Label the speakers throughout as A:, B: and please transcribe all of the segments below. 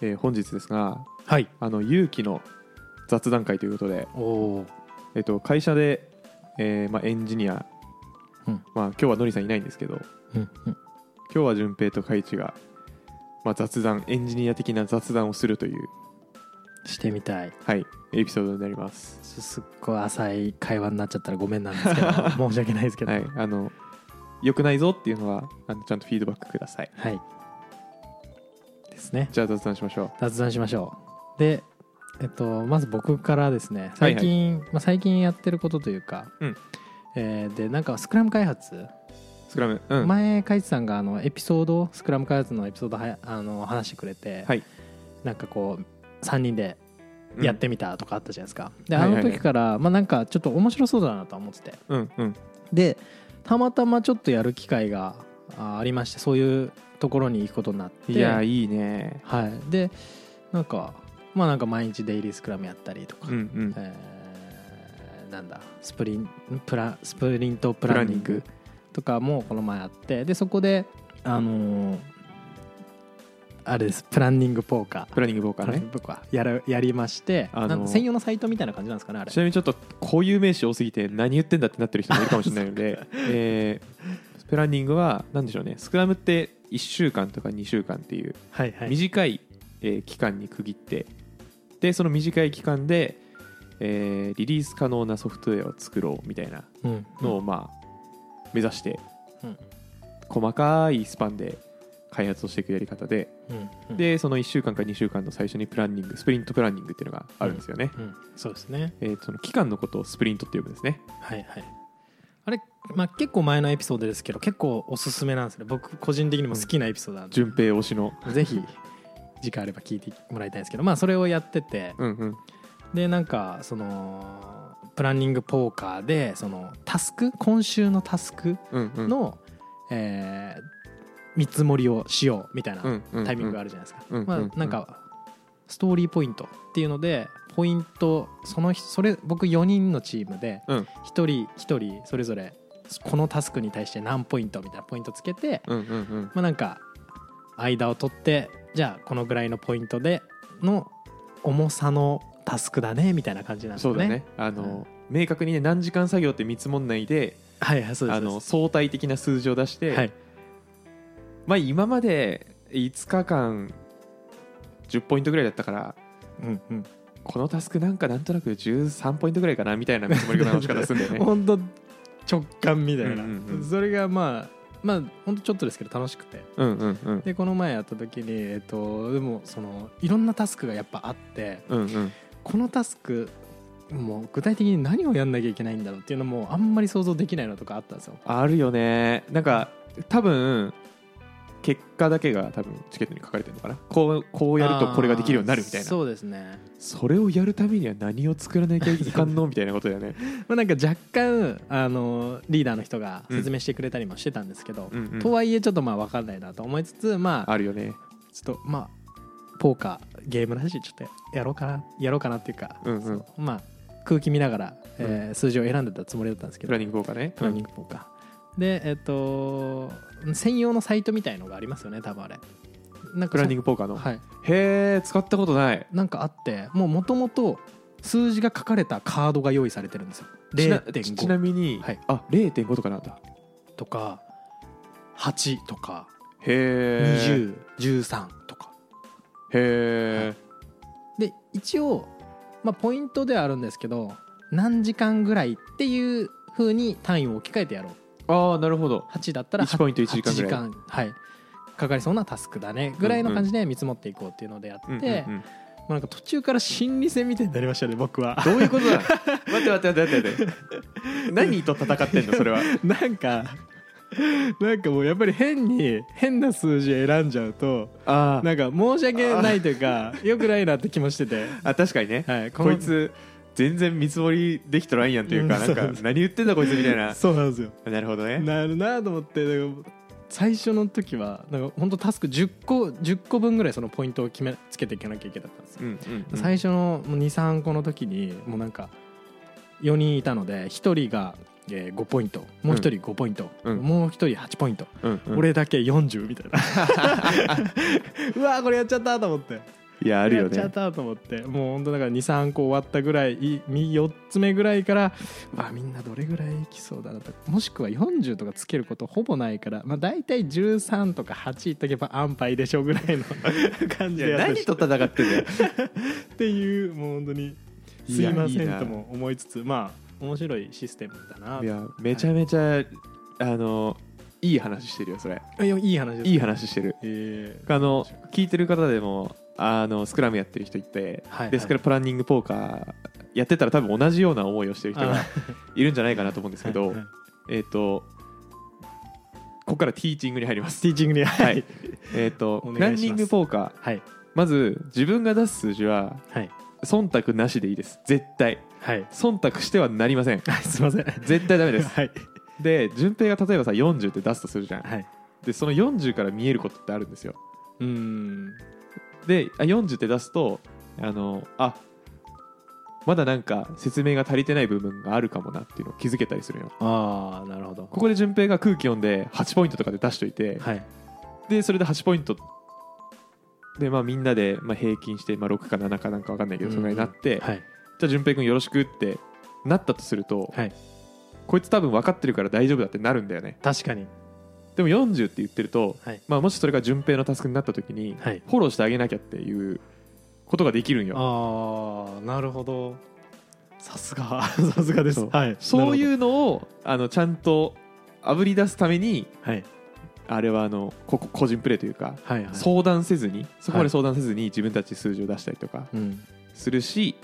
A: えー本日ですが
B: はい
A: あの勇気の雑談会ということで、
B: おお
A: えっと会社で、えーまあ、エンジニア、
B: うん
A: まあ、今日はのりさんいないんですけど
B: うんうん
A: 今日は順平と海一が、まあ、雑談エンジニア的な雑談をするという、
B: してみたい
A: はい、エピソードになります、
B: すすっごい浅い会話になっちゃったらごめんなんです けど申し訳ないですけど
A: は
B: はい、
A: い、あの良くないぞっていうのはあのちゃんとフィードバックください
B: ですね
A: じゃあ雑談しましょ
B: 雑談しましょうでえっとまず僕からですね最近、まあ、最近やってることというか、
A: うん
B: えーでなんかスクラム開発、
A: うスクラムうん
B: 前海地さんがあのエピソードスクラム開発のエピソードはやあの話してくれて、
A: はい
B: なんかこう3人で
A: うん
B: やってみたとかあったじゃないですか、で
A: はい
B: あ
A: はいは
B: の
A: い
B: 時から、まあなんかちょっと面白そうだなとは思ってて
A: うんうん
B: でたまたまちょっとやる機会があありましてそういうところに行くことになって
A: いやいいね
B: はい、でなんかまあなんか毎日デイリースクラムやったりとか、
A: うんうん
B: えーなんだスプリンプラスプリントプランニン
A: プランニン
B: グ
A: グ
B: とかもこの前あってでそこであのーあれですプランニングポーカー
A: プランニングボーカ
B: プ
A: ー
B: ランニ
A: ね
B: ングポーカーやるやりまして、
A: あのー
B: なんか専用のサイトみたいな感じなんですかねあれ
A: ちなみにちょっとこういう名詞多すぎて何言ってんだってなってる人もいるかもしれないの で、えープランニングは何でしょうねスクラムって1週間とか2週間っていう
B: はいは
A: 短い、えー期間に区切ってでその短い期間で、えーリリース可能なソフトウェアを作ろうみたいな
B: うん
A: のをまあ目指して、
B: うん
A: 細かいスパンで開発をしていくやり方で、
B: うんうん
A: でその1週間か2週間の最初にプランニングスプリントプランニングっていうのがあるんですよね、
B: うん、そうですね
A: えーその期間のことをスプリントって呼ぶんですね
B: はいはいあれ、まあ、結構前のエピソードですけど結構おすすめなんですね僕個人的にも好きなエピソードなんで、
A: 順平推しの
B: ぜひ時間あれば聞いてもらいたいんですけどまあそれをやってて
A: うんうん
B: でなんかそのプランニングポーカーでそのタスク今週のタスク
A: うんうん
B: の、えー見積もりをしようみたいな
A: うんうんうん
B: タイミングがあるじゃないですか、
A: うんうん
B: まあ、なんかストーリーポイントっていうのでポイントその日それ僕4人のチームで
A: うん
B: 一人一人それぞれこのタスクに対して何ポイントみたいなポイントつけて、
A: うんうんうん
B: まあ、なんか間を取ってじゃあこのぐらいのポイントでの重さのタスクだねみたいな感じなんです
A: そ
B: よ
A: う
B: ね。
A: だねあの、明確にね何時間作業って見積もんないで
B: はいはいそうです
A: あの相対的な数字を出し
B: そう
A: て、
B: ですはい
A: まあ今まで5日間10ポイントぐらいだったから
B: うんうん
A: このタスクなんかなんとなく13ポイントぐらいかなみたいな見積もり方の仕方するん だよね
B: ほんと直感みたいな、
A: うんうんうん
B: それがまあまあほんとちょっとですけど楽しくて
A: うんうんうん
B: でこの前やった時にえっとでもそのいろんなタスクがやっぱあって
A: うんうん
B: このタスクもう具体的に何をやんなきゃいけないんだろうっていうのもあんまり想像できないのとかあったんですよ
A: あるよねなんか多分結果だけが多分チケットに書かれてるのかなこうこうやるとこれができるようになるみたい
B: あー
A: な
B: そうですね
A: それをやるためには何を作らなきゃいかんのみたいなことだよね。
B: まあ、なんか若干あのリーダーの人が説明してくれたりもしてたんですけど、
A: うんうん
B: とはいえちょっとまあ分かんないなと思いつつまあ
A: あるよね。
B: ちょっとまあポーカーゲームらしいちょっとやろうかなやろうかなっていうか、
A: うんうん
B: そうまあ空気見ながら、えー数字を選んでたつもりだったんですけ
A: プ
B: ど
A: ランニング効果ね。
B: プランニングポーカーでえっ、と専用のサイトみたいのがありますよね多分あれなん
A: プランニン
B: グ
A: グポーカーの。
B: はい
A: へえ、使ったことない。
B: なんかあってもうもともと数字が書かれたカードが用意されてるんですよ
A: ちなちちな
B: 0.5
A: みに、
B: はい
A: あ0.5とかなんだ。
B: とか8とか
A: へえ。
B: 2013とか
A: へえ。
B: で一応、まあ、ポイントではあるんですけど何時間ぐらいっていうふうに単位を置き換えてやろう
A: ああ、なるほど。
B: 8だったら
A: 1ポイント1時間ぐらい
B: 8時間はいかかりそうなタスクだねぐらいの感じで見積もっていこうっていうのでやって、
A: うんうん
B: も
A: うん
B: うなんか途中から心理戦みたいになりましたね 僕は
A: どういうことだ待って待って待って待って待って。 何と戦ってんの、それは。
B: なんかなんかもうやっぱり変に変な数字選んじゃうと
A: あ
B: なんか申し訳ないというかよくないなって気もしてて、
A: あ、確かにね。
B: はい、
A: こ
B: の
A: いつ、全然見積もりできとらんやんというか、
B: う
A: な
B: ん
A: んか
B: そうそう
A: 何言ってんだこいつみたいな。
B: そうなんですよ
A: なるほどね。
B: なるなと思ってだから最初の時はなんか本当タスク10個10個分ぐらいそのポイントを決めつけていかなきゃいけなかったんですよ、
A: うんうんうん
B: 最初の23個の時にもうなんか4人いたので1人がえー5ポイントもう1人5ポイント、
A: うん
B: もう1人8ポイント、
A: うんうん
B: 俺だけ40みたいなうわーこれやっちゃったと思って
A: いやあるよ
B: やっちゃっ
A: ね
B: たと思ってもう本当だから23個終わったぐらいい4つ目ぐらいからあみんなどれぐらいいきそうだなともしくは40とかつけることほぼないから、まあ、大体13とか8いっとけば安牌でしょぐらいの 感
A: い
B: じ
A: や
B: でやって
A: 何と戦ってんだよ
B: っていうもう本当に
A: い
B: すい
A: や
B: ま
A: い
B: せ
A: い
B: ん
A: な
B: とも思いつつまあ面白いシステムだない
A: やめちゃめちゃ、あのいい話してるよそれ
B: いやいい話です
A: いい話してる
B: えー
A: あの聞いてる方でもあのスクラムやってる人いて、
B: はいはい
A: でスクラムプランニングポーカーやってたら多分同じような思いをしてる人が
B: あ
A: いるんじゃないかなと思うんですけど、
B: はいはい
A: えっ、とここからティーチングに入ります
B: ティーチングには
A: はい
B: い
A: えっ、と
B: お願いします
A: プランニングポーカー
B: はい
A: まず自分が出す数字は
B: はい
A: 忖度なしでいいです絶対
B: はい
A: 忖度してはなりません
B: はいすいません
A: 絶対ダメです
B: はい
A: で順平が例えばさ40って出すとするじゃん
B: はい
A: でその40から見えることってあるんですよ
B: うーん
A: であ40って出すとあのあまだなんか説明が足りてない部分があるかもなっていうのを気づけたりするよ
B: ああなるほど
A: ここで順平が空気読んで8ポイントとかで出しといて、
B: はい
A: でそれで8ポイントでまあみんなでまあ平均してまあ6か7かなんか分かんないけどそれぐらいになって、
B: はい
A: じゃあ順平君よろしくってなったとすると、
B: はい
A: こいつ多分分かってるから大丈夫だってなるんだよね
B: 確かに
A: でも40って言ってると、
B: はい
A: まあ、もしそれが順平のタスクになった時に、
B: はい
A: フォローしてあげなきゃっていうことができるんよ
B: ああなるほどさすが さすがです
A: そう
B: はい
A: そう
B: う
A: いうのをあのちゃんとあぶり出すために
B: はい
A: あれはあのここ個人プレーというか、
B: はいはい
A: 相談せずにそこま
B: は
A: で
B: い
A: 相談せずに自分たち数字を出したりとか
B: うん
A: するし、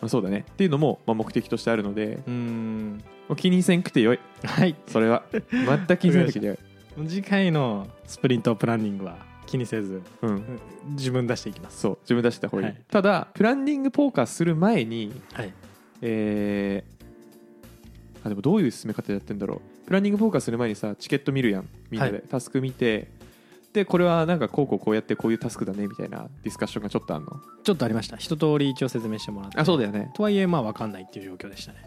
A: まあ、そうだねっていうのも、まあ、目的としてあるので
B: うーん
A: もう気にせんくてよい
B: はい
A: それ は全く気にせんくてよい、
B: 次回のスプリントプランニングは気にせず
A: うん、
B: 自分出していきます
A: そう自分出してた方がいい、
B: はい
A: ただプランニングポーカーする前に
B: はい
A: えーあでもどういう進め方でやってんだろうプランニングフォーカスする前にさチケット見るやんみんなで、
B: はい
A: タスク見てでこれはなんかこうこうこうやってこういうタスクだねみたいなディスカッションがちょっとあんの
B: ちょっとありました一通り一応説明してもらって
A: だよね
B: とはいえまあ分かんないっていう状況でしたね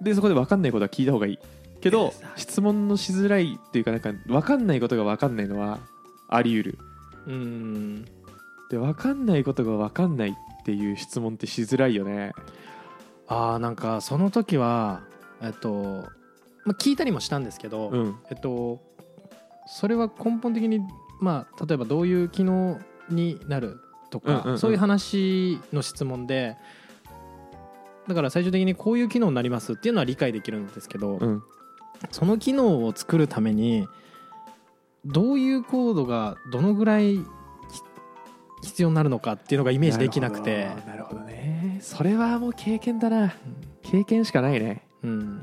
A: でそこで分かんないことは聞いた方がいいけど
B: さあ
A: 質問のしづらいっていうかなんか分かんないことが分かんないのはあり得る
B: うーん
A: で分かんないことが分かんないっていう質問ってしづらいよね
B: あーなんかその時はえっと、まあ、聞いたりもしたんですけど、
A: うん
B: えっとそれは根本的にまあ例えばどういう機能になるとか、
A: うんうんうん
B: そういう話の質問でだから最終的にこういう機能になりますっていうのは理解できるんですけど、
A: うん
B: その機能を作るためにどういうコードがどのぐらいひ必要になるのかっていうのがイ
A: イ
B: メージできなくて
A: なるほどねそれはもう経験だな経験しかないね
B: うん、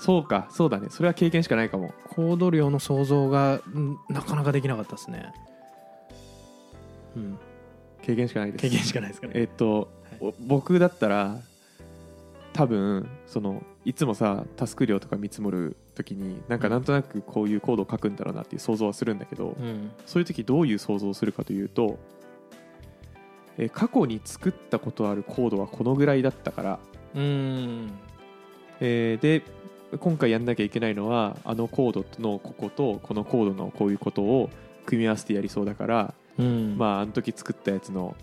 A: そうかそうだねそれは経験しかないかも
B: コード量の想像がうんなかなかできなかったですね、うん、
A: 経験しかないです
B: 経験しかないですからね
A: えっと、お僕だったら多分そのいつもさタスク量とか見積もる時になんかなんとなくこういうコードを書くんだろうなっていう想像はするんだけど、
B: うん
A: そういう時どういう想像をするかというとえー過去に作ったことあるコードはこのぐらいだったから、
B: うーん
A: えーで今回やんなきゃいけないのはあのコードのこことこのコードのこういうことを組み合わせてやりそうだから
B: うんま
A: まああの時作ったやつの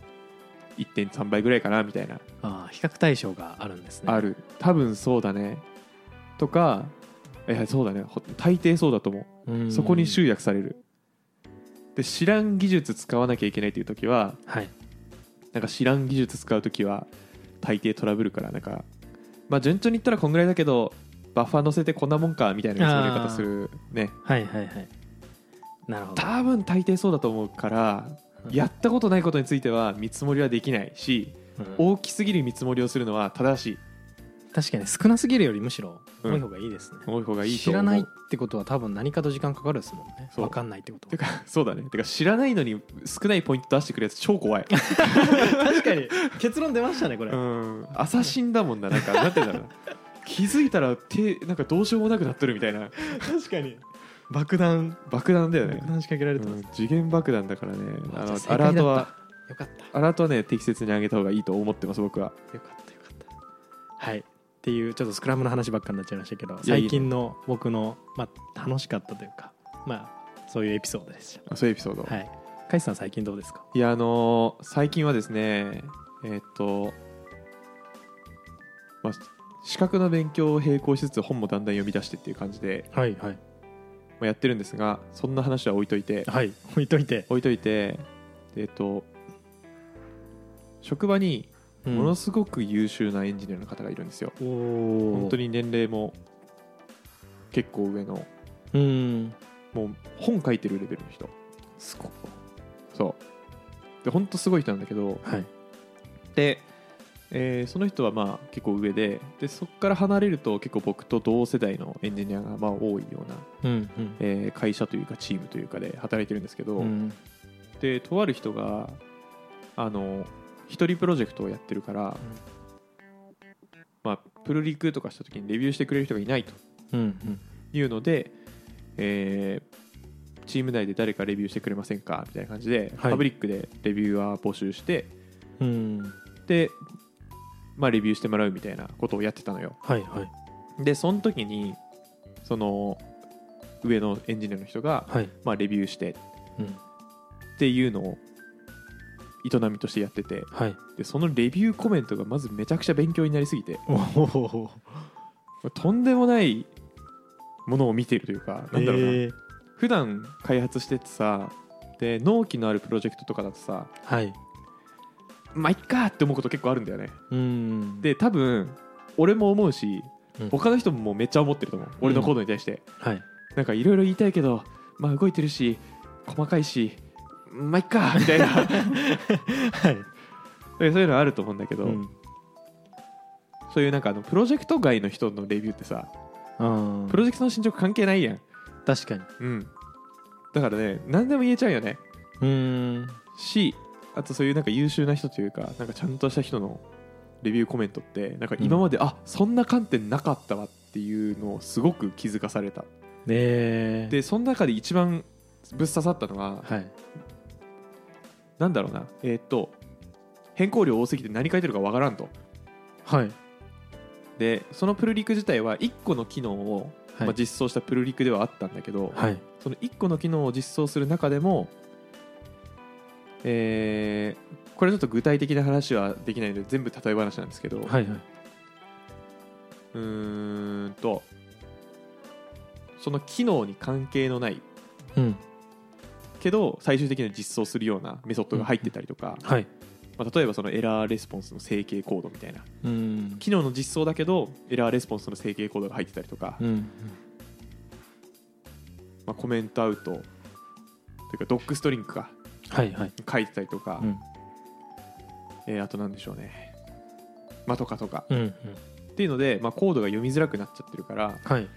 A: 1.3倍ぐらいかなみたいな、
B: ああ比較対象があるんですね
A: ある多分そうだねとかいやそうだねほ大抵そうだと思
B: う
A: うんそこに集約されるで知らん技術使わなきゃいけないという時は
B: はい
A: なんか知らん技術使う時は大抵トラブルからなんかまあ順調にいったらこんぐらいだけどバッファー乗せてこんなもんかみたいなそういう言い方するね
B: はいはいはいなるほど
A: 多分大抵そうだと思うから
B: うん
A: やったことないことについては見積もりはできないし
B: うん
A: 大きすぎる見積もりをするのは正しい
B: 確かに少なすぎるよりむしろ
A: うん
B: 多い方がいいですね、
A: 多い方がいいと
B: 知
A: 思
B: ら
A: う
B: ないってことは多分何かと時間かかるですもんね
A: そう
B: 分かんないってこと
A: て かそうだねてか知らないのに少ないポイント出してくるやつ超怖い
B: 確かに結論出ましたねこれ、
A: うんアサシンだもんななんかなんて言うんだろうな気づいたら手なんかどうしようもなくなってるみたいな
B: 確かに爆弾
A: 爆弾だよ
B: 爆
A: ね、
B: 弾仕掛けられて
A: う
B: ま
A: ん
B: す、
A: 次元爆弾だからねあ
B: あじゃあ
A: のア
B: 正
A: ラー
B: 解だった
A: トは
B: よかった
A: アラートはね適切に上げた方がいいと思ってます僕は
B: よかったよかったはいっていうちょっとスクラムの話ばっかになっちゃいましたけど
A: いや
B: 最近の僕の、まあ、楽しかったというかまあそういうエピソードでし
A: あそういうエピソード、
B: たはいカイさん最近どうですか
A: いやあのー最近はですねえーっとまあ資格の勉強を並行しつつ本もだんだん読み出してっていう感じで、
B: はいはい
A: まあ、やってるんですがそんな話は置いといて
B: はい置いといて、
A: 置いといてえーっと職場に
B: うん
A: ものすごく優秀なエンジニアの方がいるんですよ、
B: お
A: 本当
B: に
A: に年齢も結構上の
B: うん
A: もう本書いてるレベルの人
B: すごい
A: そうで本当すごい人なんだけど
B: はい
A: で、えーその人はまあ結構上ででそこから離れると結構僕と同世代のエンジニアがまあ多いような、
B: うんうん
A: えー会社というかチームというかで働いてるんですけど、
B: うん
A: でとある人があの一人プロジェクトをやってるから、まあ、プルリクとかした時にレビューしてくれる人がいないと
B: うんうん
A: いうので、えーチーム内で誰かレビューしてくれませんかみたいな感じで、
B: はい
A: パブリックでレビューは募集して
B: うん
A: で、まあ、レビューしてもらうみたいなことをやってたのよ
B: はいはい
A: でその時にその上のエンジニアの人が、
B: はい
A: まあ、レビューして
B: うん
A: っていうのを営みとしてやってて
B: はい
A: でそのレビューコメントがまずめちゃくちゃ勉強になりすぎて
B: おお
A: とんでもないものを見ているというかなんだろうな、
B: えー
A: 普段開発しててさで納期のあるプロジェクトとかだとさ
B: はい
A: まあいっかって思うこと結構あるんだよね
B: うん
A: で多分俺も思うし
B: うん
A: 他の人ももうめっちゃ思ってると思う、俺のコードに対して
B: はい
A: なんかいろいろ言いたいけどまあ動いてるし細かいしまあいっかみたいな だか
B: はい
A: らそういうのあると思うんだけど、
B: うん
A: そういうなんかあのプロジェクト外の人のレビューってさ
B: あ
A: プロジェクトの進捗関係ないやん
B: ー確かに
A: うんだからね何でも言えちゃうよね
B: うん
A: しあとそういうなんか優秀な人というかなんかちゃんとした人のレビューコメントってなんか今まで、あそんな観点なかったわっていうのをすごく気づかされた
B: えー
A: でその中で一番ぶっ刺さったのは
B: はい
A: なんだろうなえーっと変更量多すぎて何書いてるかわからんと
B: はい
A: でそのプルリク自体は1個の機能を、
B: はい
A: まあ、実装したプルリクではあったんだけど、
B: はい
A: その1個の機能を実装する中でも、えーこれちょっと具体的な話はできないので全部例え話なんですけど、
B: はいはいう
A: ーんとその機能に関係のない
B: うん
A: けど最終的には実装するようなメソッドが入ってたりとか、
B: はい
A: まあ、例えばそのエラーレスポンスの整形コードみたいな
B: うん
A: 機能の実装だけどエラーレスポンスの整形コードが入ってたりとか、
B: うん
A: まあ、コメントアウトというかドックストリンクか
B: はいはい
A: 書いてたりとか、
B: うん
A: えーあとなんでしょうねまあとかとか
B: うんうん
A: っていうので、まあ、コードが読みづらくなっちゃってるから、
B: はい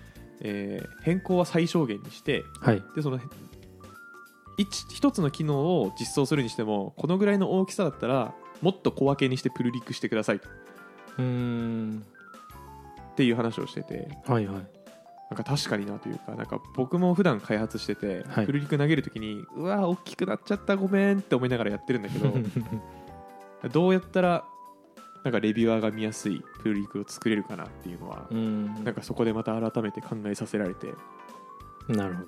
A: えー変更は最小限にして
B: はい
A: でその一一つの機能を実装するにしてもこのぐらいの大きさだったらもっと小分けにしてプルリックしてくださいと
B: うん
A: っていう話をしてて
B: はいはい
A: なんか確かになというかなんか僕も普段開発してて、
B: はい
A: プルリック投げるときにうわー大きくなっちゃったごめんって思いながらやってるんだけどどうやったらなんかレビュアーが見やすいプルリックを作れるかなっていうのは
B: うん
A: なんかそこでまた改めて考えさせられて
B: なるほ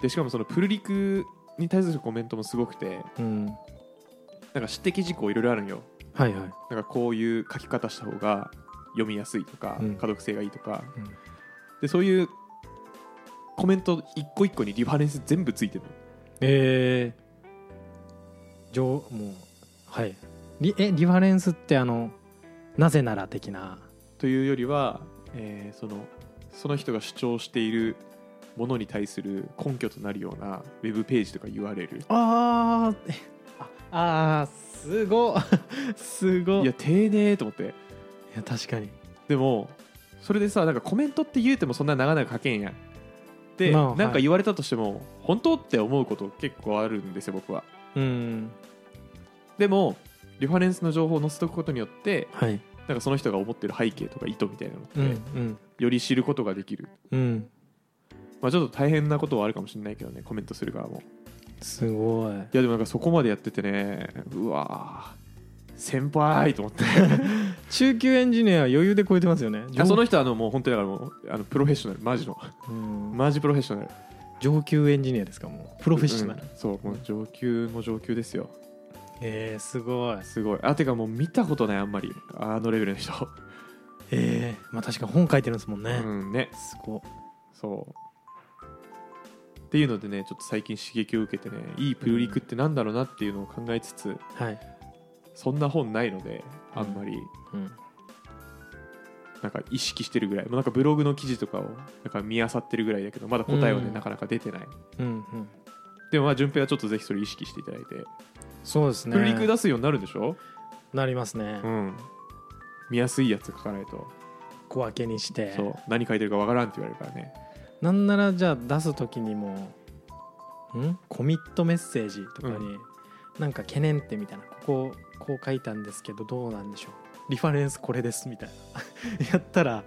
A: でしかもそのプルリクに対するコメントもすごくて
B: どうん
A: なんか指摘事項いろいろあるんよ
B: はいはい
A: なんかこういう書き方した方が読みやすいとか、
B: うん
A: 可読性がいいとか
B: うん
A: でそういうコメント一個一個にリファレンス全部ついてるの
B: えー、じょもうはいリえリファレンスってあのなぜなら的な
A: というよりは、えーそのその人が主張しているものに対する根拠となるようなウェブページとか URL
B: あーえああーすごっ すごっ
A: いや丁寧と思って
B: いや確かに
A: でもそれでさなんかコメントって言うてもそんな長々書けんやんで、
B: まあはい
A: なんか言われたとしても本当って思うこと結構あるんですよ僕は
B: うん
A: でもリファレンスの情報を載せとくことによって
B: はい
A: なんかその人が思ってる背景とか意図みたいなのって、
B: うんうん
A: より知ることができる、
B: うん
A: まあ、ちょっと大変なことはあるかもしれないけどねコメントする側も
B: すごい
A: いやでもなんかそこまでやっててねうわー先輩と思って
B: 中級エンジニアは余裕で超えてますよね
A: あその人はあのもう本当にだからもうあのプロフェッショナルマジの
B: うん
A: マジプロフェッショナル
B: 上級エンジニアですかもうプロフェッショナル、
A: うんそうもう上級も上級ですよ
B: えー、すごい
A: すごいあてかもう見たことないあんまりあのレベルの人、
B: えー、まあ確かに本書いてるんですもんね、
A: うんね
B: すごい
A: そうっていうのでねちょっと最近刺激を受けてねいいプルリクってなんだろうなっていうのを考えつつ
B: はい、
A: そんな本ないのであんまり
B: うん、
A: なんか意識してるぐらいもうなんかブログの記事とかをなんか見漁ってるぐらいだけどまだ答えはね、
B: うん
A: なかなか出てない
B: うんうん
A: でもまあ順平はちょっとぜひそれ意識していただいて、
B: そうですね
A: プルリク出すようになるんでしょ
B: なりますね、
A: うん見やすいやつ書かないと、
B: 小分けにして
A: そう何書いてるかわからんって言われるからね
B: なんならじゃあ出す時にもんコミットメッセージとかに、
A: う
B: なんか懸念点みたいなこここう書いたんですけどどうなんでしょうリファレンスこれですみたいな やったら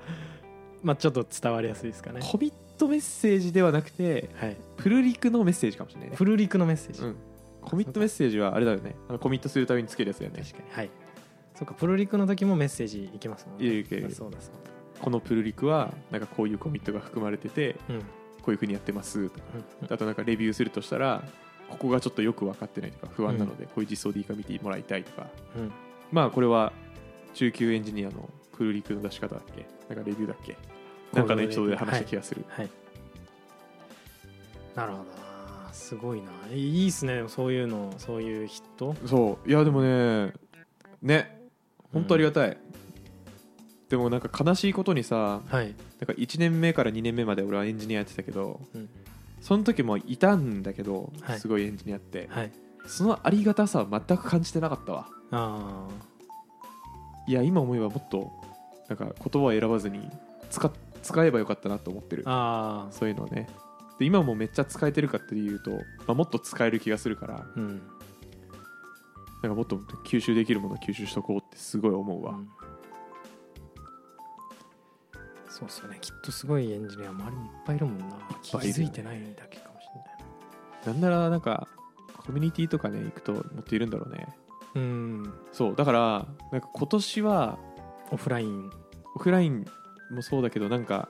B: まあちょっと伝わりやすいですかね
A: コミットメッセージではなくて
B: はい
A: プルリクのメッセージかもしれないね
B: フルリクのメッセージ、
A: うん、コミットメッセージはあれだよねあのコミットするためにつけるやつだよね
B: 確かにはいそうかプルリクの時もメッセージいけますもんね
A: いけるいける
B: あそうだそうだ
A: このプルリクはなんかこういうコミットが含まれてて
B: うんうん
A: こういうふうにやってますとか
B: うん
A: あとなんかレビューするとしたらここがちょっとよく分かってないとか不安なので、こういう実装でいいか見てもらいたいとか
B: うん
A: まあこれは中級エンジニアのプルリクの出し方だっけなんかレビューだっけなんかのエピソードで話した気がする、
B: はいなるほどなすごいないいっすねそういうのそういう人
A: そういやでもねね本当ありがたい、でもなんか悲しいことにさ
B: はい、
A: なんか1年目から2年目まで俺はエンジニアやってたけど
B: うん、
A: その時もいたんだけど、
B: はい
A: すごいエンジニアって、
B: はい
A: そのありがたさは全く感じてなかったわ
B: あ
A: いや今思えばもっとなんか言葉を選ばずに使っ使えばよかったなと思ってる
B: ーあ
A: そういうのをねで今もめっちゃ使えてるかっていうと、まあ、もっと使える気がするから
B: ーうん
A: なんかもっと吸収できるものを吸収しとこうってすごい思うわ、
B: うんそうっすよねきっとすごいエンジニア周りにいっぱいいるもんな気
A: ぱいいる
B: づいてないだけかもし
A: なんならなんかコミュニティとかね行くともっといるんだろうね
B: れないうん
A: そうだからなんか今年は
B: オフライン
A: オフラインもそうだけどなんか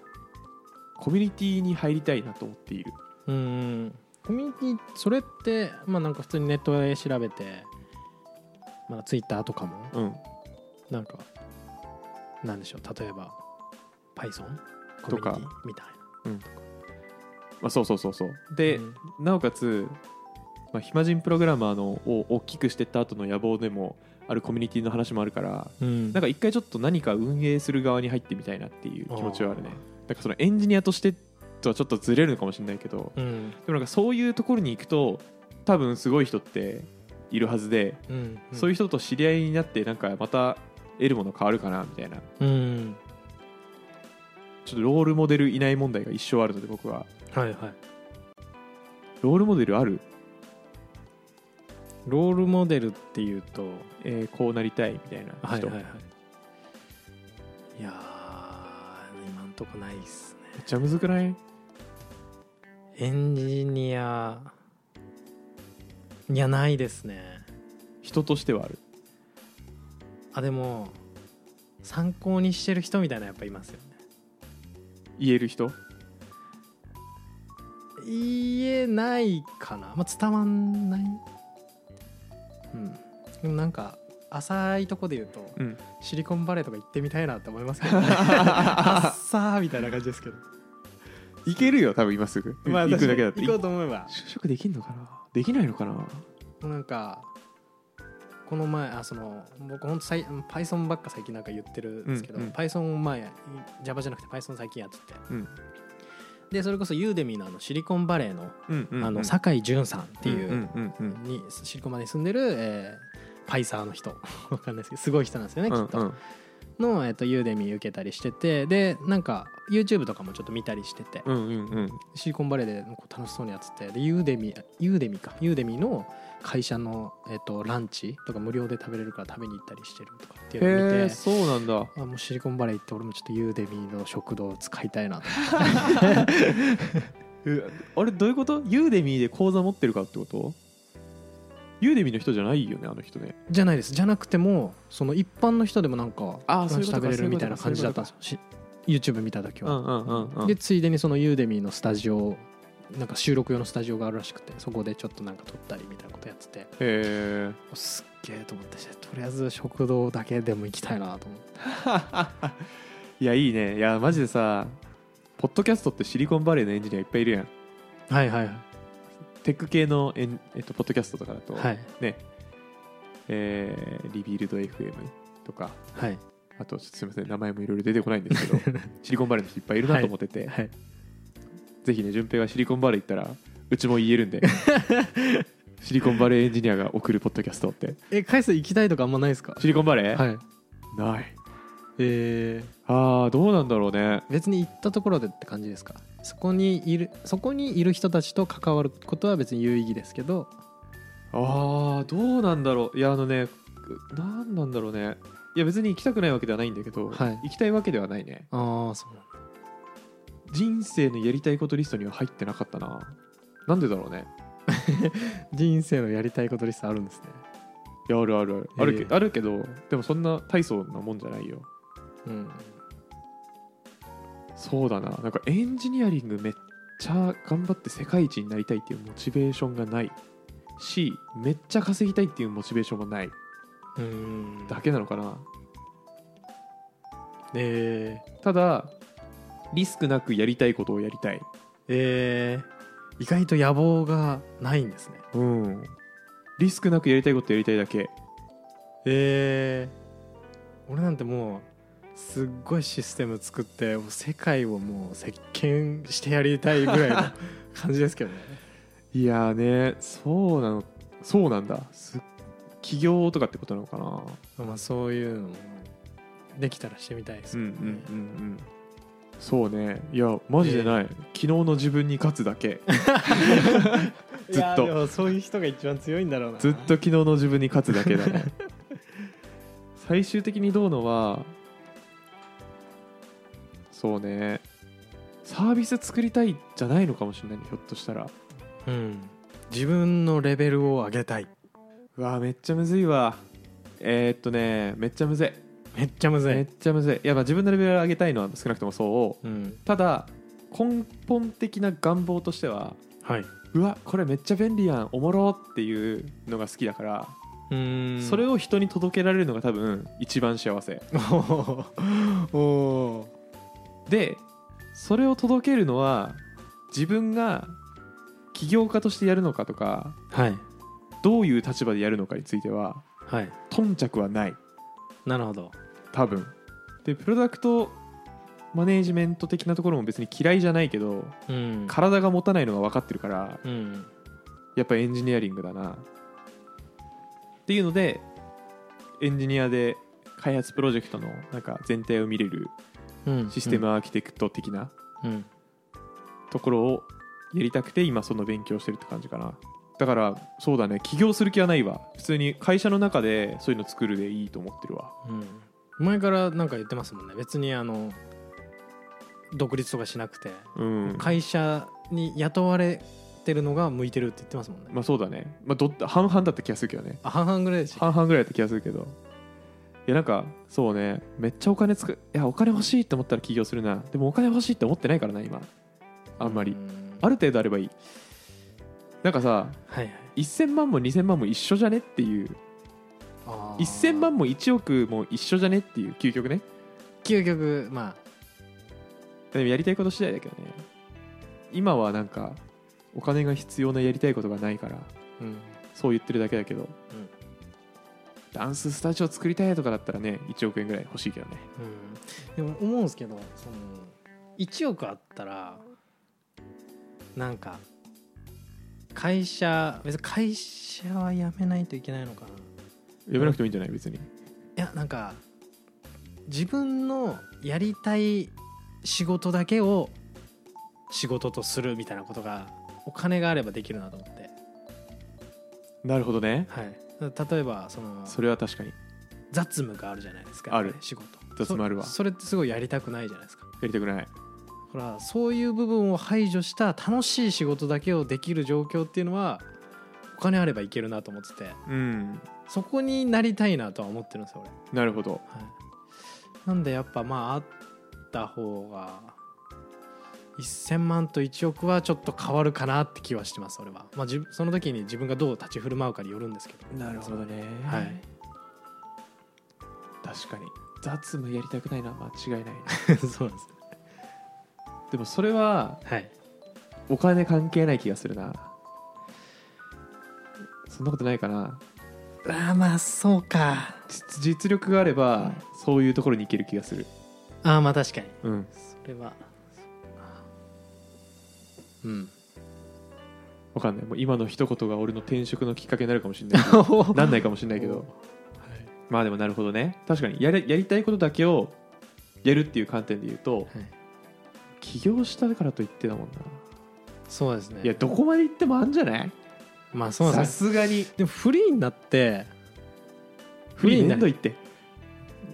A: コミュニティに入りたいなと思っている
B: うんコミュニティそれってまあなんか普通にネットで調べてまあツイッターとかも
A: うん
B: なんかなんでしょう例えば Python
A: とか
B: コミュニティみたい
A: まあ、そうそうそうそう
B: な
A: で、
B: うん
A: なおかつ、まあ、暇人プログラマーのを大きくしてった後の野望でもあるコミュニティの話もあるから
B: うん
A: なんか一回ちょっと何か運営する側に入ってみたいなっていう気持ちはあるねなんかそのエンジニアとしてとはちょっとずれるのかもしれないけど
B: うん
A: でもなんかそういうところに行くと多分すごい人っているはずで、
B: うん
A: そういう人と知り合いになってなんかまた得るもの変わるかなみたいな
B: うん
A: ちょっとロールモデルいない問題が一生あるので僕は
B: はいはい
A: ロールモデルある、
B: ロールモデルっていうと
A: えーこうなりたいみたいな人、
B: はいはいはいいやー今んとこないっすね
A: めっちゃむずくない
B: エンジニアいやないですね
A: 人としてはある
B: あでも参考にしてる人みたいなやっぱいますよね
A: 言える人
B: 言えないかな、まあ、伝わんないうんでもなんか浅いとこで言うと
A: うん
B: シリコンバレーとか行ってみたいなって思います けどねあっさーみたいな感じですけど
A: いけるよ多分今すぐ、
B: まあ
A: 行くだけだって
B: 行こうと思えば
A: 就職できんのかなできないのかな
B: なんかこの前あその僕ほんと最 Python ばっか最近なんか言ってるんですけど、
A: うんうん
B: Python を前 Java じゃなくて Python 最近やってて
A: うん
B: でそれこそユーデミーのあのシリコンバレーの,、
A: うんうんうん
B: あの酒井淳さんっていう、
A: うんうんうん
B: にシリコンバレーに住んでる、えーパイサーの人 わかんないですけどすごい人なんですよね
A: う
B: き
A: ん
B: っ
A: うん
B: と、の、えー、とユーデミー受けたりしててでなんか YouTube とかもちょっと見たりしてて、
A: うんうんうん
B: シリコンバレーでこう楽しそうにやっててでユーデミユーデミかユーデミの会社の、えっとランチとか無料で食べれるから食べに行ったりしてるとかっていうのを
A: へ
B: 見
A: え
B: て
A: そうなんだ
B: あもうシリコンバレー行って俺もちょっとユーデミの食堂を使いたいなと
A: えあれどういうことユーデミーで講座持ってるかってことユーデミーの人じゃないよねあの人ね
B: じゃないですじゃなくてもその一般の人でもなんか
A: あ
B: ラン
A: そうい
B: チ
A: うことか
B: 食べれるみたいな感じだったんですよし YouTube 見た時
A: う
B: は、
A: んうんうんうん
B: でついでにそのユーデミのスタジオなんか収録用のスタジオがあるらしくてそこでちょっとなんか撮ったりみたいなことやってて
A: え
B: すっげえと思ってとりあえず食堂だけでも行きたいなと思って
A: ーいやいいねいやマジでさポッドキャストってシリコンバレーのエンジニアいっぱいいるやん
B: はいはいはい
A: テック系のエン、えっと、ポッドキャストとかだと、
B: はい
A: ねえーリビルド FM とか
B: はい
A: あとちょっとすみません名前もいろいろ出てこないんですけど シリコンバレーの人いっぱいいるなと思ってて、
B: はい
A: ぜひね順平がシリコンバレー行ったらうちも言えるん でシリコンバレーエンジニアが送るポッドキャストって
B: え海さん行きたいとかあんまないですか
A: シリコンバレー、
B: はい
A: ない
B: え
A: あーどうなんだろうね
B: ー別に行ったところでって感じですかそこにいるそこにいる人たちと関わることは別に有意義ですけど
A: あーどうなんだろういやあのねなんなんだろうねいや別に行きたくないわけではないんだけど、
B: はい
A: 行きたいわけではないね
B: ああそうなんだ
A: 人生のやりたいことリストには入ってなかったななんでだろうね
B: 人生のやりたいことリストあるんですね
A: いやあるあるある、あ
B: ええ
A: るけあるけどでもそんな大層なもんじゃないよ
B: うん
A: そうだななんかエンジニアリングめっちゃ頑張って世界一になりたいっていうモチベーションがないしめっちゃ稼ぎたいっていうモチベーションもない
B: うん
A: だけなのかな
B: えー
A: ただリスクなくやりたいことをやりたい
B: えー意外と野望がないんですね
A: うんリスクなくやりたいことやりたいだけ
B: えー俺なんてもうすっごいシステム作ってもう世界をもう席巻してやりたい ぐらいの感じですけどね
A: いやーねそうなのそうなんだす起業とかってことなのかな
B: まあそういうのもできたらしてみたいです
A: うんう
B: けど
A: ん
B: ね
A: うんうんそうねいやマジでない、昨日の自分に勝つだけずっと
B: いやでもそういう人が一番強いんだろうな
A: ずっと昨日の自分に勝つだけだ ね最終的にどうのはそうねサービス作りたいじゃないのかもしれないねひょっとしたら
B: うん自分のレベルを上げたいう
A: わめっちゃむずいわえー、っとねめっちゃむずい
B: めっちゃむずい、
A: めっちゃむずいいやまあ自分のレベルを上げたいのは少なくともそう
B: うん
A: ただ根本的な願望としては
B: はいう
A: わこれめっちゃ便利やんおもろっていうのが好きだから、
B: うん
A: それ
B: を
A: を人に届けられるのが多分一番幸せ
B: おーおー
A: でそれを届けるのは自分が起業家としてやるのかとか
B: はい
A: どういう立場でやるのかについては
B: はい
A: 頓着はない
B: なるほど
A: 多分でプロダクトマネージメント的なところも別に嫌いじゃないけど
B: うん
A: 体が持たないのが分かってるから
B: うん
A: やっぱエンジニアリングだなっていうのでエンジニアで開発プロジェクトのなんか全体を見れる
B: うん
A: システムアーキテクト的な
B: うん
A: ところをやりたくて今その勉強してるって感じかなだからそうだね起業する気はないわ普通に会社の中でそういうの作るでいいと思ってるわ
B: うん前からなんか言ってますもんね別にあの独立とかしなくて、
A: うん
B: 会社に雇われてるのが向いてるって言ってますもんね、
A: まあそうだね、まあ、どっ半々だった気がするけどね
B: あ半々ぐらいでし
A: 半々ぐらいだった気がするけどいやなんかそうねめっちゃお金つくいやお金欲しいって思ったら起業するなでもお金欲しいって思ってないからな今あんまりあ
B: る
A: る程度あればいいなんかさ
B: はいはい
A: 1000万も2000万も一緒じゃねっていう
B: あー
A: 1000万も1億も一緒じゃねっていう究極ね
B: 究極ま
A: でもやりたいこと次第だけどね今はなんかお金が必要なやりたいことがないから
B: あ、うん、
A: そう言ってるだけだけど、ダンススタジオ作りたいとかだったらね1億円ぐらい欲しいけどね
B: うん、でも思うんですけどその1億あったらなんか会社別に会社は辞めないといけないのかな
A: やめなくてもいいんじゃない別に
B: いやなんか自分のやりたい仕事だけを仕事とするみたいなことがお金があればできるなと思って、
A: なるほどね
B: はい、例えばその
A: それは確かに
B: 雑務があるじゃないですか
A: ある
B: 仕事
A: 雑務あるわ
B: そそれってすごいやりたくないじゃないですか
A: やりたくない
B: ほらそういう部分を排除した楽しい仕事だけをできる状況っていうのはお金あればいけるなと思ってて
A: うん
B: そこになりたいなとは思ってるんですよ俺
A: なるほど
B: はい、なんでやっぱまああった方が1000万と1億はちょっと変わるかなって気はしてます俺は、まあ、自分その時に自分がどう立ち振る舞うかによるんですけど
A: なるほどね、
B: はい、
A: 確かに雑務やりたくないのは間違いないね
B: そうなんです
A: でもそれは
B: はい
A: お金関係ない気がするなそんなことないかな
B: ああまあそうか
A: 実実力があればそういうところに行ける気がする
B: ああまあ確かに
A: うん
B: それはうん
A: わかんないもう今の一言が俺の転職のきっかけになるかもしれ ないなんないかもしれないけどまあでもなるほどね確かにやれやりたいことだけをやるっていう観点で言うと
B: はい
A: 起業したからといってだもんな
B: そうですね
A: いやどこまで行ってもあんじゃない
B: まあそうなん
A: さ
B: です
A: すがに
B: でもフリーになって
A: フリーめんど
B: い
A: いって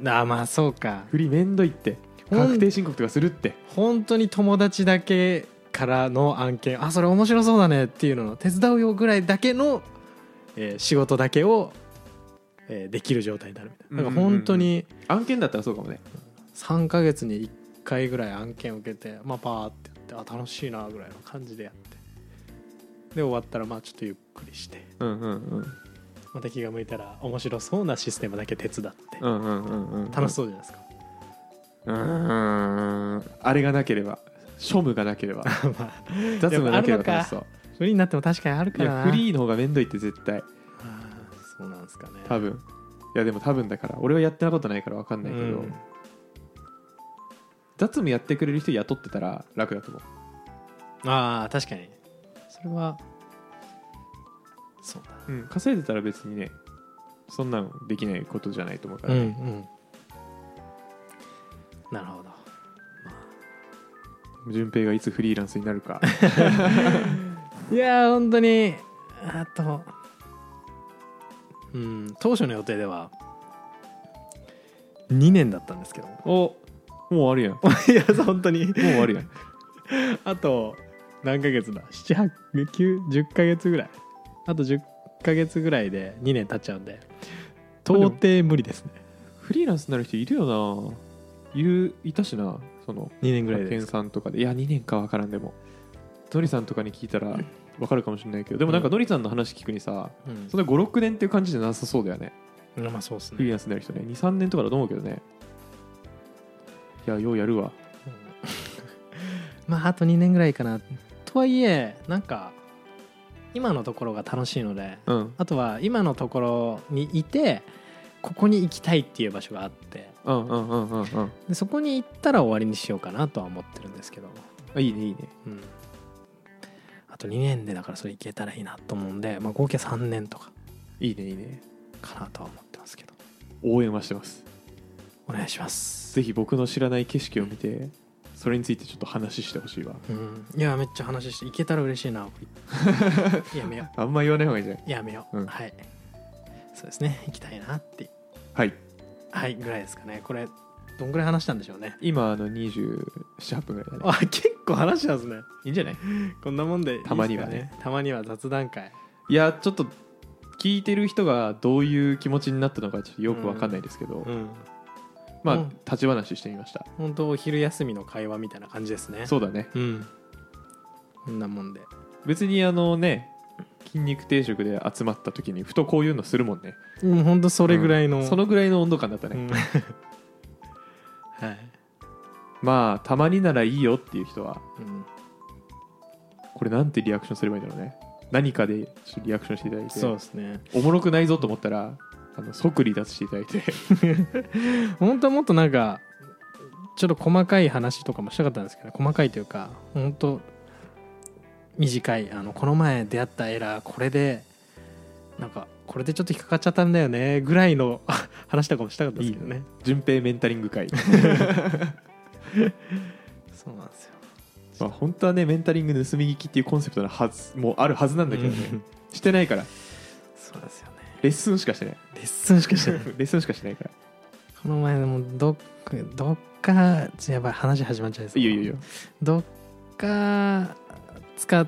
B: ああまあそうか
A: フリーめんどいって
B: ほん
A: 確定申告とかするって
B: 本当に友達だけからの案件あそれ面白そうだねっていうのの手伝うよぐらいだけの、えー仕事だけを、えーできる状態になるみたいなだから本当に
A: 案件だったらそうかもね
B: 3ヶ月に1回ぐらい案件を受けてまあパーってやってあ楽しいなぐらいの感じでやってで終わったらまあちょっとゆっくりして
A: うんうんうん
B: また気が向いたら面白そうなシステムだけ手伝って
A: うんうんうんうん
B: 楽しそうじゃないですか、
A: うーんあれがなければ庶務がなければ
B: まあ
A: 雑務がなければ
B: でもあるのか
A: 楽しそう
B: フリーになっても確かにある
A: い
B: から
A: やフ
B: な
A: リーの方がめんどいって絶対
B: あーそうなんですかね
A: 多分いやでも多分だから俺はやってなことないから分かんないけど、
B: うん
A: 雑務やってくれる人雇ってたら楽だと思う
B: ああ確かにそれはそうだ
A: うん、稼いでたら別にねそんなのできないことじゃないと思うか
B: う
A: ら、
B: んうんなるほど
A: 順平がいつフリーランスになる か
B: いやー本当にあとうん当初の予定では2年だったんですけど
A: おもうあるやんも
B: いや本当に
A: うあるやん
B: あと何ヶ月だ78910ヶ月ぐらいあと10ヶ月ぐらいで2年経っちゃうんで到底無理ですね
A: フリーランスになる人いるよないるいたしなその
B: 2年ぐらい
A: 派
B: で
A: 遣
B: す
A: さんとかでいや2年か分からんでもノリさんとかに聞いたら分かるかもしれないけどでもなんかノリさんの話聞くにさ
B: うん
A: そんな56年っていう感じじゃなさそうだよね
B: うんまあそうです
A: フリー
B: ね
A: ランスになる人ね23年とかだと思うけどねいやようやるわ
B: まああと2年ぐらいかなとはいえなんか今のところが楽しいので
A: うん
B: あとは今のところにいてここに行きたいっていう場所があって
A: うんうんうんうんうん
B: でそこに行ったら終わりにしようかなとは思ってるんですけど、
A: あいいねいいね
B: うん、あと2年でだからそれ行けたらいいなと思うんで、まあ、合計3年とか
A: いいねいいね
B: かなとは思ってますけど
A: 応援はしてます
B: お願いします、
A: ぜひ僕の知らない景色を見てそれについてちょっと話してほしいわ
B: うん、いやめっちゃ話して行けたら嬉しい なやめよ
A: あんま言わない方がいいんじゃないう
B: やめよう、
A: うん
B: はいそうですね行きたいなって
A: はい
B: はいぐらいですかねこれどんぐらい話したんでしょうね
A: 今あの278分ぐらいだね
B: あ結構話したんですね
A: いいんじゃない
B: こんなもんでいいっすか
A: たまにはね
B: たまには雑談会
A: いやちょっと聞いてる人がどういう気持ちになったのかちょっとよくわかんないですけど、
B: うん
A: まあ、
B: うん
A: 立ち話してみました
B: 本当お昼休みの会話みたいな感じですね
A: そうだね
B: ううんこんなもんで
A: 別にあのね筋肉定食で集まった時にふとこういうのするもんね
B: うん本当それぐらいの、
A: そのぐらいの温度感だった
B: う
A: ね、
B: んはい、
A: まあたまにならいいよっていう人は
B: うん、
A: これなんてリアクションすればいいんだろうね何かでちょっとリアクションしていただいて
B: そうですね
A: おもろくないぞと思ったらあの即離脱していただいて
B: 本当はもっとなんかちょっと細かい話とかもしたかったんですけど細かいというか本当短いあのこの前出会ったエラーこれでなんかこれでちょっと引っかかっちゃったんだよねぐらいの あ話とかもしたかったですけどね
A: 順平メンタリング 会
B: そうなんですよ
A: まあ本当はねメンタリング盗み聞きっていうコンセプトのはずもうあるはずなんだけどね してないから
B: そうですよね
A: レッスンしか してない
B: レッスンしかして
A: レ
B: ない
A: ッスンしかして ないから
B: この前でもどっかどっかやばい話始まっちゃいそう
A: いいよいいよいいよ
B: どっか使っ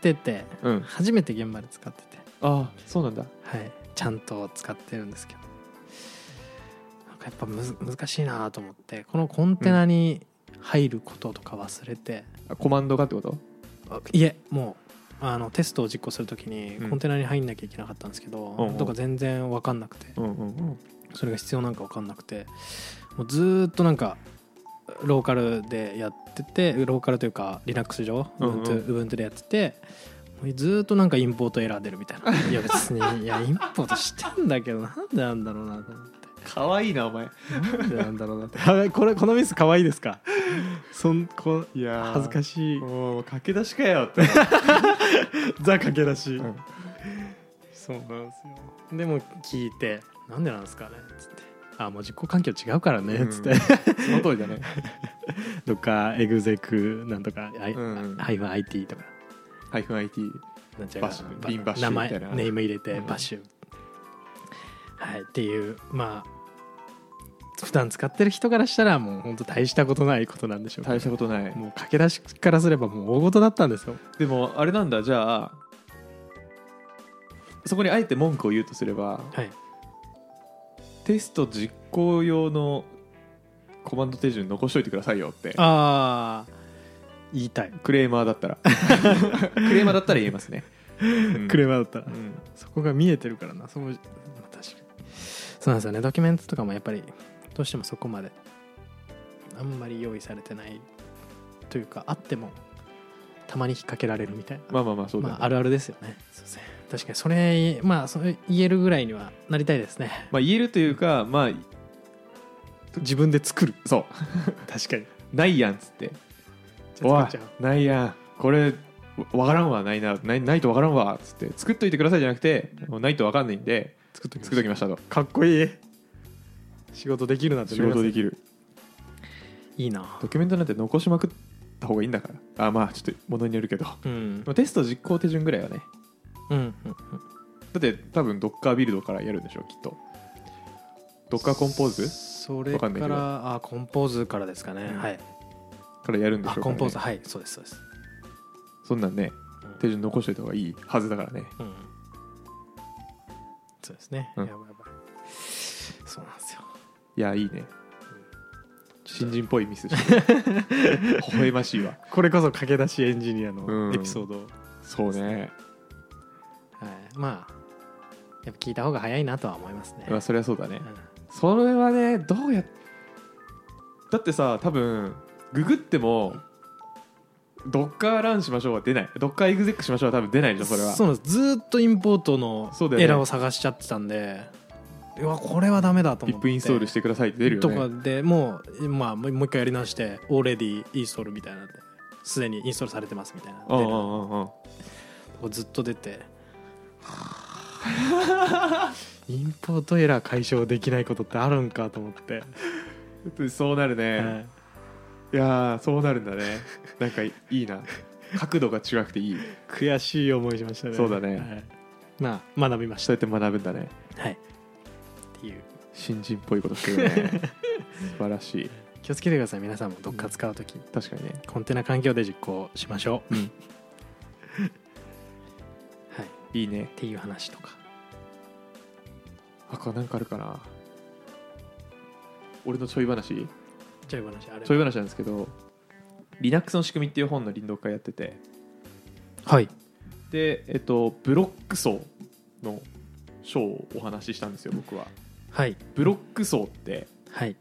B: てて
A: うん
B: 初めて現場で使ってて
A: ああそうなんだ
B: はい、ちゃんと使ってるんですけどなんかやっぱむず難しいなと思ってこのコンテナに入ることとか忘れて、
A: あコマンドがってこと
B: あいえもうあのテストを実行するときに
A: うん
B: コンテナに入んなきゃいけなかったんですけど、
A: うんうん
B: とか全然分かんなくて
A: うんうんうん
B: それが必要なんか分かんなくてもうずーっとなんかローカルでやっててローカルというか Linux 上
A: うんうん
B: Ubuntu, Ubuntu でやっててもうずーっとなんかインポートエラー出るみたいな いや別にいやインポートしてんだけどなんでなんだろうなと思って
A: かわいいなお前
B: なんでなんだろうなって あこれこのミス可愛いですかそんこ
A: いやー
B: 恥ずかしい
A: もう駆け出しかよって、
B: ザかけらしい、
A: うん
B: そうなんですよでも聞いて「なんでなんですかね」つって「あもう実行環境違うからね」つって、
A: うんその通りだね
B: とかエグゼクなんとか、アイ
A: うん
B: ハイフン IT とか
A: ハイフン IT
B: なんちゃ
A: バッシュ
B: ば
A: ビンバッシュ
B: 名前
A: みたいな
B: ネーム入れて
A: うん
B: バッシュ、はいっていうまあ普段使ってる人からしたらもう本当大したことないことなんでしょうけど
A: 大したことない
B: もう駆け出しからすればもう大事だったんですよ
A: でもあれなんだじゃあそこにあえて文句を言うとすれば
B: はい
A: テスト実行用のコマンド手順残しといてくださいよって
B: ああ言いたい
A: クレーマーだったらクレーマーだったら言えますね、
B: クレーマーだったら、
A: うん
B: そこが見えてるからなそこまあ確かにそうなんですよねドキュメントとかもやっぱりどうしてもそこまであんまり用意されてないというかあってもたまに引っ掛けられるみたいな、
A: まあまあまあそうだ
B: ま
A: ね、
B: あ、あるあるですよねすいません確かにそれまあそれ言えるぐらいにはなりたいですね
A: まあ言えるというかまあ
B: 自分で作る
A: そう
B: 確かに
A: ないやんっつって「
B: じゃ
A: お
B: あ
A: い
B: 作っちゃう
A: ないやんこれわからんわないなないないとわからんわ」っつって「作っといてください」じゃなくて「もうないとわかんないんで
B: 作っときま
A: 作
B: す
A: っときました」と
B: かっこいい仕事できるなんて
A: 仕事で
B: き
A: きる
B: いいな
A: ドキュメントなんて残しまくった方がいいんだからあまあちょっとものによるけど
B: うん
A: まあテスト実行手順ぐらいはね
B: うんうんうん
A: だって多分 Docker ビルドからやるんでしょきっと Docker コンポーズ
B: それ
A: わか
B: か
A: んないけど
B: らあコンポーズからですかね、
A: うん
B: はい
A: からやるんでし
B: あ
A: ょう
B: コ
A: か
B: ン
A: ら、
B: ポー
A: ね
B: ズ、はいそうですそうです、
A: そんなんね
B: うん
A: 手順残しといた方がいいはずだからね
B: うんそうですね、
A: うん
B: やばいやばいそうなんですよ
A: いやいいね新人っぽいミスして る微笑ましいわ
B: これこそ駆け出しエンジニア
A: うん
B: ード、はい
A: そうね
B: まあやっぱ聞いた方が早いなとは思いますね、
A: まあそれはそうだね
B: うん
A: それはねどうやっだってさ多分ググってもドッカーランしましょうは出ないドッカーエグゼックしましょうは多分出ないでしょそれは
B: そうなんですずーっとインポートの
A: そうだよね
B: エラーを探しちゃってたんでうわこれはダメだと
A: ピッ
B: 思って
A: プインストールしてくださいって出るよ
B: と
A: ね
B: かでもう、まあ、もうもう一回やり直して「already install」みたいなのですでにインストールされてますみたいな
A: うんうん
B: こ
A: うんうん
B: うずっと出てインポートエラー解消できないことってあるんかと思って、
A: そうなるね、
B: はい
A: い、やーそうなるんだねなんかいいな角度が違くていい
B: 悔しい思いしましたね
A: そうだね
B: はいまあ学びまし
A: そ
B: た
A: うやって学ぶんだね
B: はいっていう
A: 新人っぽいことしてるね 素晴らしい
B: 気をつけてください皆さんもどっか使う時
A: 確かにね
B: コンテナ環境で実行しましょう、
A: うん
B: はい、っ
A: いいね
B: ていう話とか
A: あこれなんかあるかな俺のちょい話
B: ちょい話あれば
A: ちょい話なんですけど Linux の仕組みっていう本の林道会やってて
B: はい
A: で、えっと、ブロック層の章をお話ししたんですよ僕は
B: はい
A: ブロック層って、
B: はい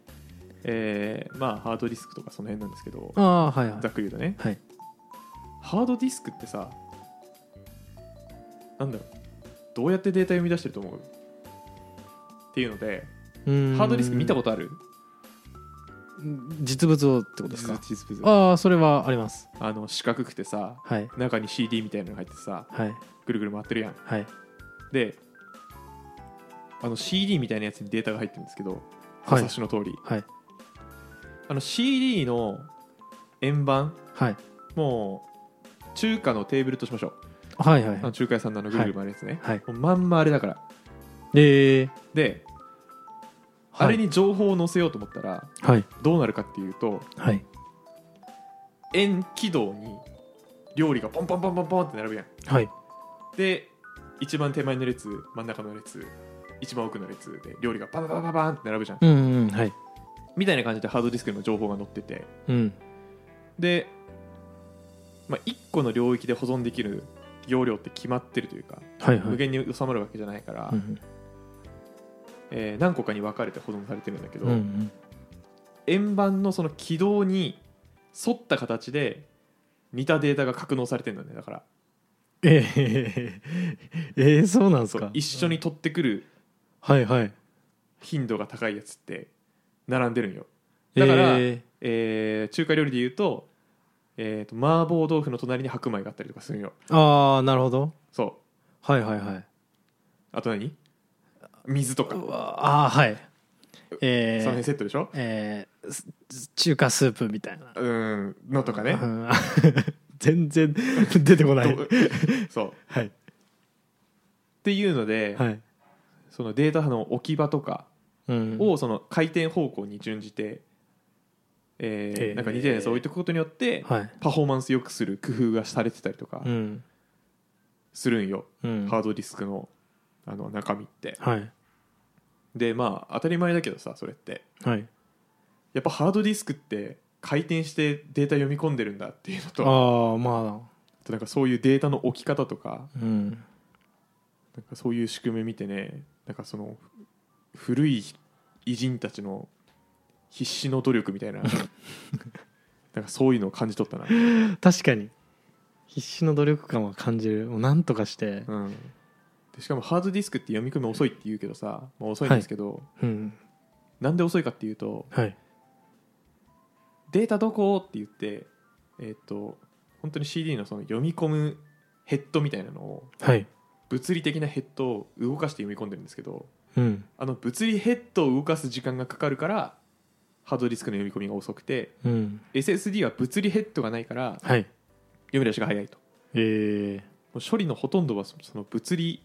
A: えーまあハードディスクとかその辺なんですけど
B: ああはいはい
A: ざっくり言うとね
B: はい
A: ハードディスクってさなんだろうどうやってデータ読み出してると思うっていうのでハ
B: ハ
A: ードディスク見たことある
B: 実物をってことですか
A: 地図地図
B: ああそれはあります
A: あの四角くてさ
B: はい
A: 中に CD みたいなのが入っててさ
B: はい
A: ぐるぐる回ってるやん
B: はい
A: であの CD みたいなやつにデータが入ってるんですけどお
B: はい
A: 察しの通り、
B: はい
A: あの CD の円盤
B: はい
A: もう中華のテーブルとしましょう
B: はいはい
A: あの中華屋さんのあのぐるぐる回るやつね、
B: はい
A: もうまんまあれだから
B: えー
A: で、
B: はい
A: あれに情報を載せようと思ったら
B: はい
A: どうなるかっていうと
B: はい
A: 円軌道に料理がポンポンポンポンポンって並ぶやん
B: はい
A: で一番手前の列真ん中の列一番奥の列で料理がパンパンパンパンって並ぶじゃん
B: うんうんはい
A: みたいな感じでハードディスクにも情報が載ってて
B: うん
A: でまあ、1個の領域で保存できる容量って決まってるというか、
B: はい
A: 無限に収まるわけじゃないから、
B: うん
A: えー何個かに分かれて保存されてるんだけど、
B: うんうん
A: 円盤のその軌道に沿った形で似たデータが格納されてるんだよねだから
B: ええええそうなんです
A: そう
B: か
A: 一緒に取ってくる
B: はいはい
A: 頻度が高いやつって並んでるんよだから
B: え
A: えー中華料理で言うと,、えー、と麻婆豆腐の隣に白米があったりとかするんよ
B: ーああなるほど
A: そう
B: はいはいはい
A: あと何水とかその
B: ああーはいえ
A: 辺
B: ー
A: セットでしょ
B: えーす中華スープみたいな
A: うんのとかね
B: うん 全然出てこない
A: どうそうっ
B: はい
A: ていうので、
B: はい
A: そのデータの置き場とか
B: うん
A: をその回転方向に準じて、えー
B: えー
A: なんか似たようなやつを置いておくことによって、
B: はい
A: パフォーマンス良くする工夫がされてたりとか
B: うん
A: するんよ、
B: うん
A: ハードディスクのあの中身って
B: はい
A: でまあ当たり前だけどさそれって
B: はい
A: やっぱハードディスクって回転してデータ読み込んでるんだっていうのとあ
B: ああま
A: となんかそういうデータの置き方とか
B: あうん
A: なんかそういう仕組み見てねなんかその古い偉人たちの必死の努力みたいななんかそういうのを感じ取ったな、
B: 確かに必死の努力感は感じるもうなんとかして
A: うん、でしかもハードディスクって読み込み遅いって言うけどさ、まあ、遅いんですけど、
B: うん
A: なんで遅いかっていうと
B: はい
A: データどこって言ってえっ、と本当に CD のその読み込むヘッドみたいなのを
B: はい
A: 物理的なヘッドを動かして読み込んでるんですけど
B: うん
A: あの物理ヘッドを動かす時間がかかるからハードディスクの読み込みが遅くて
B: うん
A: SSD は物理ヘッドがないから
B: はい
A: 読み出しが早いと
B: ええ
A: もう処理のほとんどはそその物理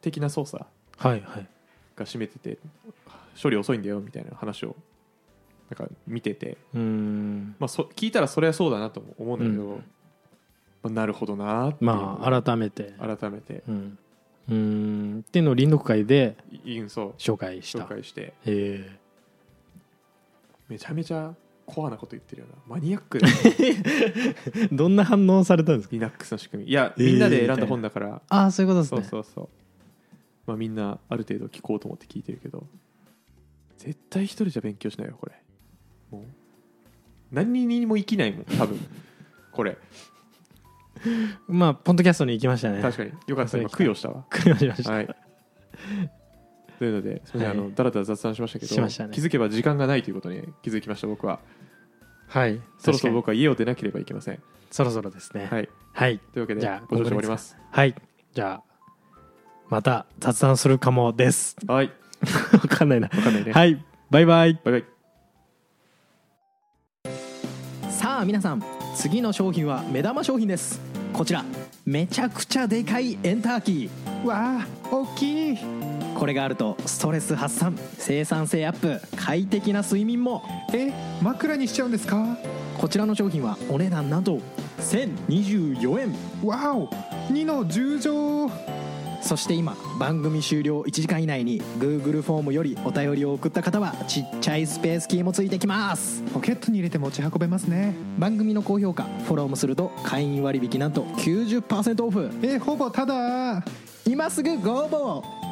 A: 的な操作
B: はいはい
A: が占めてて処理遅いんだよみたいな話をなんか見てて、
B: うん
A: まあ、そ聞いたらそれはそうだなとも思うんだけど、
B: うん
A: まあ、なるほどなーっていう
B: まあ改めて
A: 改めて
B: うんうんっていうのを林読会で
A: いうんそう
B: 紹介した
A: 紹介して
B: ええ
A: めちゃめちゃコアなこと言ってるよな マニアックだ
B: どんな反応されたんですか
A: Linux の仕組みいや
B: えー
A: みんなで選んだ本だから、
B: ああそういうことです
A: そ
B: ね
A: うそうそう、 まあ、みんなある程度聞こうと思って聞いてるけど絶対一人じゃ勉強しないよこれもう何にも生きないもん多分 こ れ
B: まあポッドキャストに行きましたね
A: 確かによかった今供養 したわ
B: にしました、
A: はいというの で、すみません、
B: はい
A: あのだらだら雑談しましたけど
B: しましたね
A: 気づけば時間がないということに気づきました僕は
B: はい、
A: そろそろ
B: 確か
A: 僕は家を出なければいけません
B: にそろそろですね
A: はい
B: はい、
A: というわけで
B: じゃあ
A: ご聴取終わります
B: はい、じゃあまた雑談するかもです
A: はい
B: わかんないな
A: わかんないね、
B: はいバイバイ
A: バイバイ
B: さあ皆さん次の商品は目玉商品ですこちらめちゃくちゃでかいエンターキーわあ大きいこれがあるとストレス発散生産性アップ快適な睡眠も
C: え枕にしちゃうんですか
B: こちらの商品はお値段なんと1024円
C: わお2の10乗
B: そして今番組終了1時間以内に Google フォームよりお便りを送った方はちっちゃいスペースキーもついてきます
C: ポケットに入れて持ち運べますね
B: 番組の高評価フォローもすると会員割引なんと90%オフ
C: えほぼただ
B: 今すぐご応募を